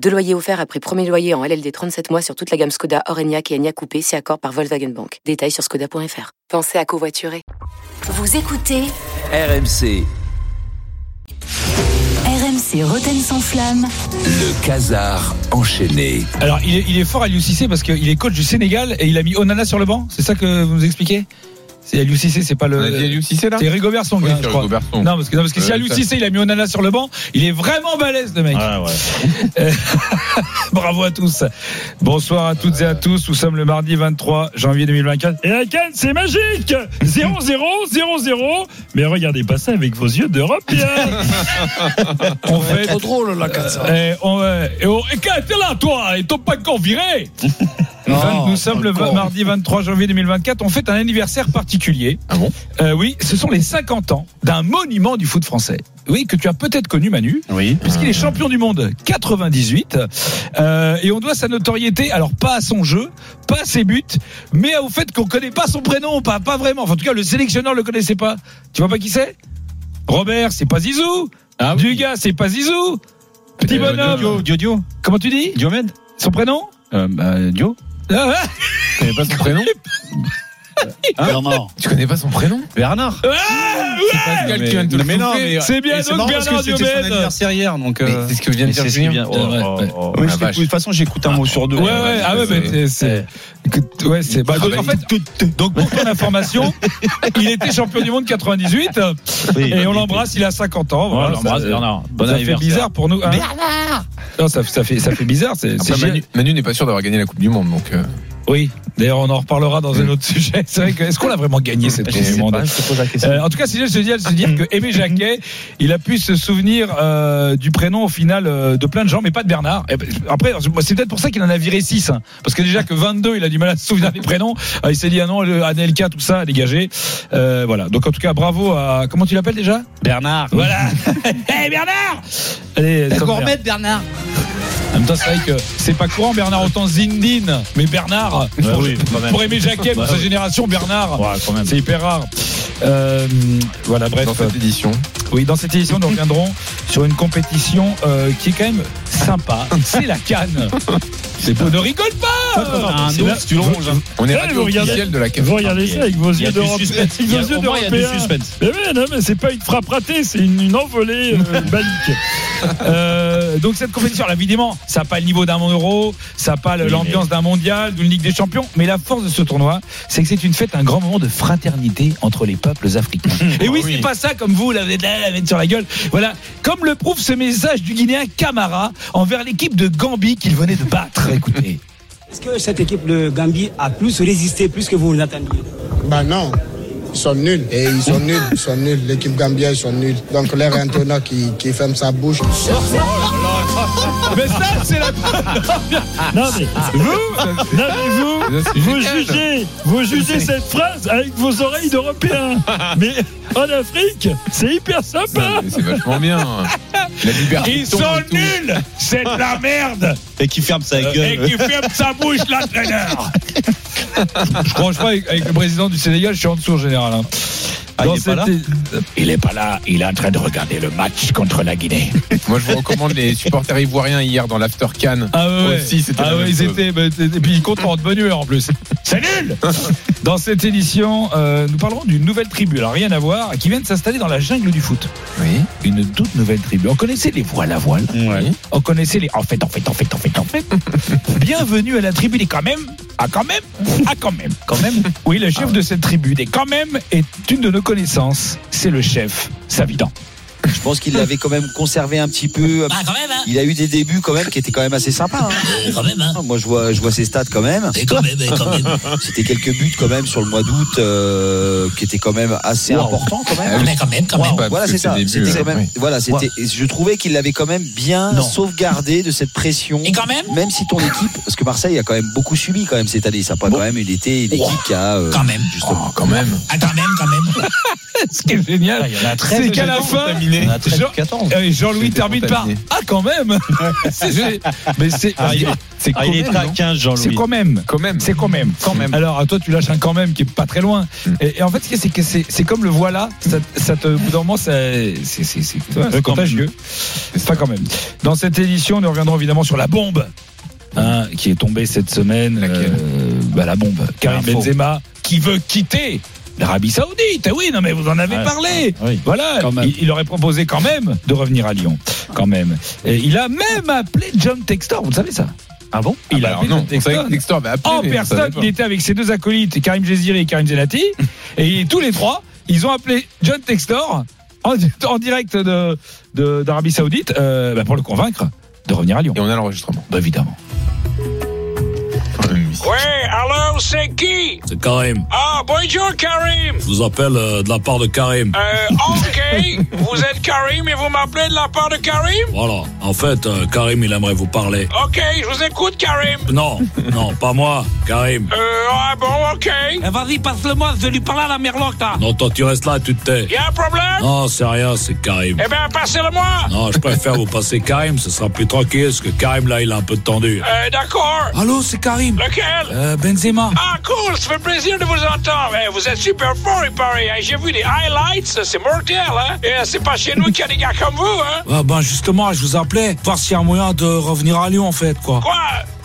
Deux loyers offerts après premier loyer en LLD 37 mois sur toute la gamme Skoda, Orenia et Enya Coupé, si accord par Volkswagen Bank. Détails sur skoda.fr. Pensez à covoiturer. Vous écoutez RMC, RMC Roten sans flamme. le casar enchaîné. Alors, il est, il est fort à l'UCC parce qu'il est coach du Sénégal et il a mis Onana sur le banc. C'est ça que vous nous expliquez C'est à l'UCC, c'est pas On a dit le. Aliou Cissé, là C'est Rigo Berson, Oui, gars, c'est je crois. Hugo Berson. Non, parce que, non, parce que si Ouais, à l'UCC il a mis Onana sur le banc, il est vraiment balèze, le mec. Ah ouais. Bravo à tous. Bonsoir à toutes et à tous. Nous sommes le mardi 23 janvier 2024. Et la Cannes, c'est magique 0-0, 0-0. Mais regardez pas ça avec vos yeux d'Européen. On fait. Trop drôle la Katsa. Eh, on, euh, et on- et qu'est- t'es là, toi Et t'as pas encore viré Non, Nous sommes le encore. mardi 23 janvier 2024. On fête un anniversaire particulier. Ah bon Euh, Oui, ce sont les 50 ans d'un monument du foot français. Oui, que tu as peut-être connu, Manu, Oui. puisqu'il est champion du monde 98. Euh, et on doit sa notoriété, alors pas à son jeu, pas à ses buts, mais au fait qu'on connaît pas son prénom, pas, pas vraiment. Enfin, en tout cas, le sélectionneur le connaissait pas. Tu vois pas qui c'est Robert, c'est pas Zizou. Ah oui. Dugas, c'est pas Zizou. Petit Euh, bonhomme. Diodio, Comment tu dis Diomède Son prénom euh, bah, Dio Ah, ah, Tu connais pas son prénom Hein Bernard. Tu connais pas son prénom Bernard ah C'est Pascal qui vient de te le mais non, mais C'est bien mais donc marrant parce que Bernard c'était son Diomède. anniversaire hier, donc. euh, Mais C'est ce que vient de mais dire c'est ce qui Julien. vient- oh, Ouais, oh, ouais. oh. Ouais, Ouais, la je l'écoute. vache. De toute façon, j'écoute un mot sur deux. hein. Ouais, ouais, ah ouais, mais c'est. écoute, Ouais, c'est. bah, donc, en fait, donc pour ton information, il était champion du monde 98 et on l'embrasse, il a 50 Voilà, ans. Voilà, on l'embrasse, ça, Bernard. Bon ça fait anniversaire. bizarre pour nous. hein. Non, ça, ça fait, ça fait bizarre. C'est, Après, c'est Manu, Manu n'est pas sûr d'avoir gagné la Coupe du Monde, donc. euh, Oui, d'ailleurs, on en reparlera dans un autre sujet. C'est vrai que, est-ce qu'on l'a vraiment gagné cette Coupe du Monde je te pose la question. Euh, en tout cas, si je te dis, elle se dire que Aimé Jacquet, il a pu se souvenir euh, du prénom au final euh, de plein de gens, mais pas de Bernard. Et ben, Après, moi, c'est peut-être pour ça qu'il en a viré 6. parce que déjà que 22, il a du mal à se souvenir des prénoms. Ah, il s'est dit, ah non, le Anelka, tout ça, à dégager. Euh, voilà. Donc, en tout cas, bravo à. Comment tu l'appelles déjà Bernard. Voilà. Hé, Bernard Allez, ça me vient. Bernard. En même temps, c'est vrai que c'est pas courant, Bernard, autant Zindine, mais Bernard. Ouais, Ah, oui, quand même. Pour Aimé Jacquet, pour Ouais, sa oui. génération, Bernard. Ouais, quand même. C'est hyper rare. Euh, voilà, bref. euh, dans cette édition. Oui, dans cette édition, nous reviendrons sur une compétition euh, qui est quand même sympa. C'est la canne. C'est beau. Ne rigole pas Ah, Un c'est là- ours, tu le ronges. hein. On est Eh, radio vous regardez- officielle de la CAF. Vous Ah, regardez ça avec vos Il y yeux a du d'Européen. suspense. Avec Il y a- vos yeux au moins, il y a du d'Européen. suspense. Mais ouais, non, mais c'est pas une frappe ratée, c'est une, une envolée euh, balique. Euh, Donc cette compétition, alors, évidemment, ça n'a pas le niveau d'un euro, ça n'a pas le- Oui, l'ambiance d'un mondial, d'une Ligue des Champions, mais la force de ce tournoi, c'est que c'est une fête, un grand moment de fraternité entre les peuples africains. Et oui, Ah oui. c'est pas ça comme vous, la, la, la mettre sur la gueule. Voilà, comme le prouve ce message du Guinéen Camara envers l'équipe de Gambie qu'il venait de battre. Écoutez. Est-ce que cette équipe de Gambie a plus résisté, plus que vous l'attendiez Bah non, ils sont nuls. Et Eh, ils sont nuls, ils sont nuls. L'équipe gambienne, ils sont nuls. Donc leur entraîneur qui, qui ferme sa bouche. Mais ça, c'est la Non, mais vous, non, mais vous, Mais ça, c'est vous génial. jugez, vous jugez cette phrase avec vos oreilles d'Européens. Mais en Afrique, c'est hyper Non, sympa. mais C'est vachement bien. La liberté. Ils sont nuls C'est de la merde Et qui ferme sa Et gueule. qui ferme sa bouche, l'entraîneur Je branche pas avec, avec le président du Sénégal, je suis en dessous en général. hein. Ah, il Dans est pas là cette- Il est pas là, il est en train de regarder le match contre la Guinée. Moi, je vous recommande les supporters ivoiriens hier dans l'After Cannes. Ah ouais, Eux ouais. aussi, c'était Ah la ouais, même ils chose. étaient. bah, et puis ils comptent en bonne humeur en plus. C'est nul Dans cette édition, euh, nous parlerons d'une nouvelle tribu, alors rien à voir, qui vient de s'installer dans la jungle du foot. Oui. Une toute nouvelle tribu. On connaissait les voiles à voile. Ouais. On connaissait les. En fait, en fait, en fait, en fait, en fait. Bienvenue à la tribu des quand même. Ah, quand même. Ah, quand même. Quand même. Oui, le chef de cette tribu des quand même est une de nos connaissances. C'est le chef Savidan. Je pense qu'il l'avait quand même conservé un petit peu. Ah, quand même, hein Il a eu des débuts quand même qui étaient quand même assez sympas. hein. Euh, Quand même, hein Moi, je vois, je vois ses stats quand même. Et quand même, et quand même. C'était quelques buts quand même sur le mois d'août euh, qui étaient quand même assez Wow. importants quand même. Mais quand même, quand même. Bah, Voilà, parce c'est que ça. c'est des C'était buts, quand même- ouais. Voilà, c'était. et Je trouvais qu'il l'avait quand même bien Non. sauvegardé de cette pression. Et quand même Même si ton équipe, parce que Marseille a quand même beaucoup subi quand même cette année. Ça n'a pas quand même une été une équipe qui a. euh, Quand même. justement. Oh, Quand même. Ah, quand même, quand même. Ce qui est génial, Ah, il y en a 13 c'est qui qu'à la sont fin, contaminés. Il y en a 13 ou Jean- 14. euh, Qui Jean-Louis étaient termine par contaminés. Ah, quand même C'est gé- Mais c'est Ah, il est- c'est ah, quand il est même, à non 15, Jean-Louis. C'est quand même. Quand même. C'est quand même. Quand même. Alors, toi, tu lâches un quand même qui est pas très loin. Et, et en fait, ce qui est, c'est que c'est c'est comme le voilà. Ça, ça te, au bout d'un moment, ça- c'est c'est- c'est- Ouais, c'est quand contagieux. C'est pas quand même. Dans cette édition, nous reviendrons évidemment sur la bombe hein, qui est tombée cette semaine. Euh, bah, la bombe. Karim L'info. Benzema qui veut quitter l'Arabie Saoudite. Eh Oui, non, mais vous en avez Ouais, parlé. ouais, oui. Voilà, Quand même. il, il aurait proposé quand même de revenir à Lyon. Quand même. Et il a même appelé John Textor, vous le savez ça ah bon Il bah a alors appelé non, John on savait que Textor avait appelé, En mais on personne, savait pas. il était avec ses deux acolytes, Karim Jeziri et Karim Zenati. et tous les trois, ils ont appelé John Textor en, en direct de- de- d'Arabie Saoudite euh, bah, pour le convaincre de revenir à Lyon. Et on a l'enregistrement. Bah, évidemment. Ouais, alors c'est qui C'est Karim. Ah, bonjour Karim Je vous appelle euh, de la part de Karim. Euh, ok, vous êtes Karim et vous m'appelez de la part de Karim Voilà. En fait, euh, Karim, il aimerait vous parler. Ok, je vous écoute Karim Non, non, pas moi, Karim. Euh, ah bon, ok Eh, Vas-y, passe-le-moi, je vais lui parler à la merloque là Non, toi, tu restes là et tu te tais. Y'a un problème Non, c'est rien, c'est Karim. Eh ben, passez-le-moi Non, je préfère vous passer Karim, ce sera plus tranquille, parce que Karim, là, il a un peu de tendu. Euh, d'accord Allô, c'est Karim Lequel Euh, Benzema. Ah, cool, ça fait plaisir de vous entendre Eh, Vous êtes super fort, il paraît hein. J'ai vu les highlights, c'est mortel, hein Et c'est pas chez nous qu'il y a des gars comme vous, hein Ah ben justement, je vous appelais, voir s'il y a un moyen de revenir à Lyon en fait, quoi. Quoi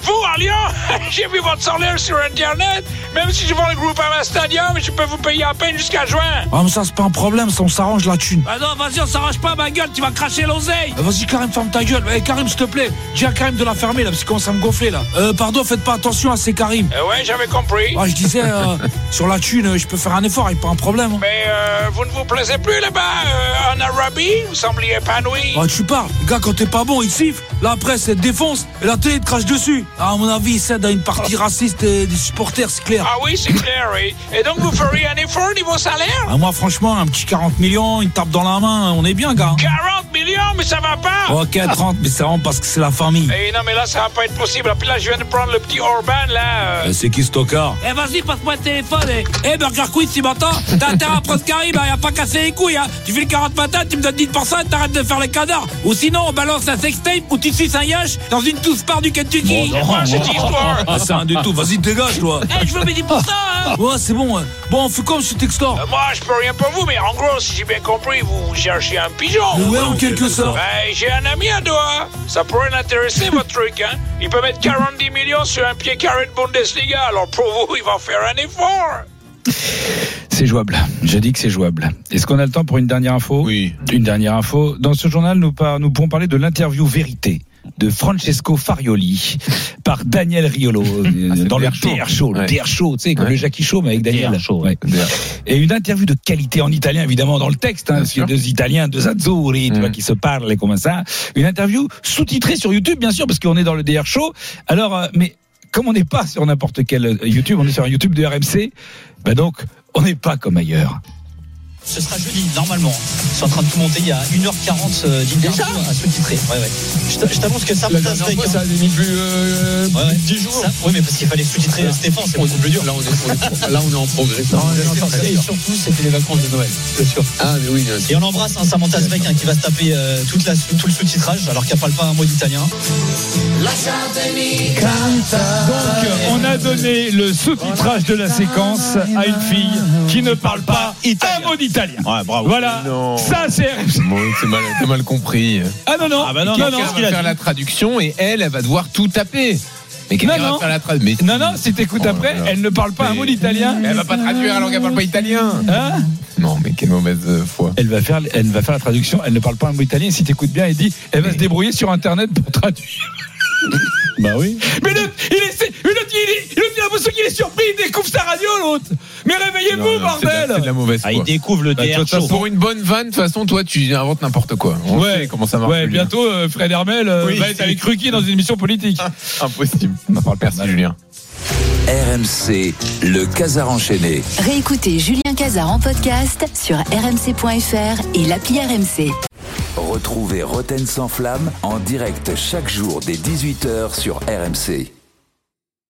Vous à Lyon J'ai vu votre salaire sur Internet. Même si je vends le groupe à ma stadium, je peux vous payer à peine jusqu'à juin. Ah mais ça c'est pas un problème, ça on s'arrange la thune. Ah non, vas-y, on s'arrange pas, ma gueule, tu vas cracher l'oseille. Euh, Vas-y Karim, ferme ta gueule. Eh Karim, s'il te plaît, dis à Karim de la fermer là, parce qu'il commence à me gonfler là. Euh, pardon, faites pas attention à ces Karim. Euh, ouais, j'avais compris. Ah, je disais, euh, sur la thune, euh, je peux faire un effort, il pas un problème. hein. Mais euh, vous ne vous plaisez plus là-bas, euh, en Arabie Vous semblez épanoui. Ah, tu parles. Le gars, quand t'es pas bon, il te siffle. La presse, elle te défonce. Et la télé, elle te crache dessus. À mon avis, il cède à une partie raciste euh, des supporters, c'est clair. Oh. Ah oui, c'est clair, oui. Et donc, vous feriez un effort niveau salaire Ah, moi, franchement, un petit 40 millions, une tape dans la main, on est bien, gars. 40 millions, mais ça va pas Ok, 30, mais c'est vraiment parce que c'est la famille. Eh non, mais là, ça va pas être possible. Puis là, je viens de prendre le petit Orban, là. euh. C'est qui ce tocard Eh, vas-y, passe-moi le téléphone, eh. Eh Burger Quiz, tu m'entends T'as intérêt à prendre Karim, hein, y a pas cassé les couilles, hein Tu fais le 40 patates, tu me donnes 10%, t'arrêtes de faire les canards Ou sinon, on balance un sextape ou tu suces un yash dans une douce part du Kentucky Bon, non, Moi, c'est bon. une histoire. Ah, C'est un du tout, vas-y, dégage, toi Eh, je veux mes 10%, hein Ouais, c'est bon, ouais. Bon, on fait comme sur Textor Euh, Moi, je peux rien pour vous, mais en gros, si j'ai bien compris, vous vous cherchez un pigeon. Ouais, en quelque sorte. Ben, j'ai un ami à Doha. Ça pourrait l'intéresser, votre truc, hein. Il peut mettre 40 millions sur un pied carré de Bundesliga. Alors, pour vous, il va faire un effort. C'est jouable. Je dis que c'est jouable. Est-ce qu'on a le temps pour une dernière info Oui. Une dernière info. Dans ce journal, nous, par- nous pouvons parler de l'interview vérité de Francesco Farioli par Daniel Riolo euh, dans le DR Show, le DR Show, tu sais, comme le Jackie Show mais avec Daniel. Ouais. Et une interview de qualité en italien évidemment dans le texte, hein, parce qu'il y a deux Italiens, deux Azzurri, tu vois, qui se parlent et comme ça. Une interview sous-titrée sur YouTube bien sûr parce qu'on est dans le DR Show. Alors, euh, mais comme on n'est pas sur n'importe quel euh, YouTube, on est sur un YouTube de RMC, bah donc on n'est pas comme ailleurs. Ce sera jeudi, normalement. Je suis en train de tout monter. Il y a 1h40 euh, d'interview à sous-titrer. Ouais, ouais. Je t- Je t'annonce que ça La me tasse dernière fois, ça a mis plus, euh, plus de 10 jours. Oui, mais parce qu'il fallait sous-titrer euh, Voilà. Stéphane, c'est beaucoup plus dur. Là, on est, on est- là, on est en progrès. Et surtout, c'était les vacances de Noël, bien sûr. Ah, mais oui, Et on embrasse hein, Samantha Zweig hein, qui va se taper euh, toute la, tout le sous-titrage alors qu'elle parle pas un mot d'italien. Donc on a donné le sous-titrage de la séquence à une fille qui ne parle pas un mot d'italien. Voilà, ça c'est RMC. Bon, c'est mal, c'est mal compris. Ah non, non, non, Quelqu'un non, va ce qu'il a faire dit. la traduction et elle, elle va devoir tout taper. Mais quelqu'un Non, non. va faire la traduction. Mais... Oh Non, non, si t'écoutes après, elle ne parle pas un mot d'italien. Elle va pas traduire alors qu'elle parle pas italien. Hein Euh. Non, mais quelle mauvaise euh, foi. elle va faire, elle va faire la traduction. Elle ne parle pas un mot italien. Si t'écoutes bien, elle dit, elle va se débrouiller sur Internet pour traduire. Bah oui. Mais l'autre, il est, c'est- mais l'autre, il est, l'autre, il a l'impression qu'il est surpris. Il découvre sa radio, l'autre. Mais Non, non, réveillez-vous, c'est de la- bordel. C'est de la mauvaise foi. Ah, il découvre le Bah, de DR toute show. façon, Pour une bonne vanne, de toute façon, toi, tu inventes n'importe quoi. On Ouais. sait comment ça marche. Ouais, Julien. bientôt, euh, Fred Hermel euh, Oui, va être c'est- avec Ruki dans une émission politique. Impossible. On n'en parle personne, Julien. RMC, le Casar enchaîné. Réécoutez Julien Cazard en podcast sur rmc.fr et l'appli RMC. Retrouvez Roten sans flamme en direct chaque jour dès 18h sur RMC.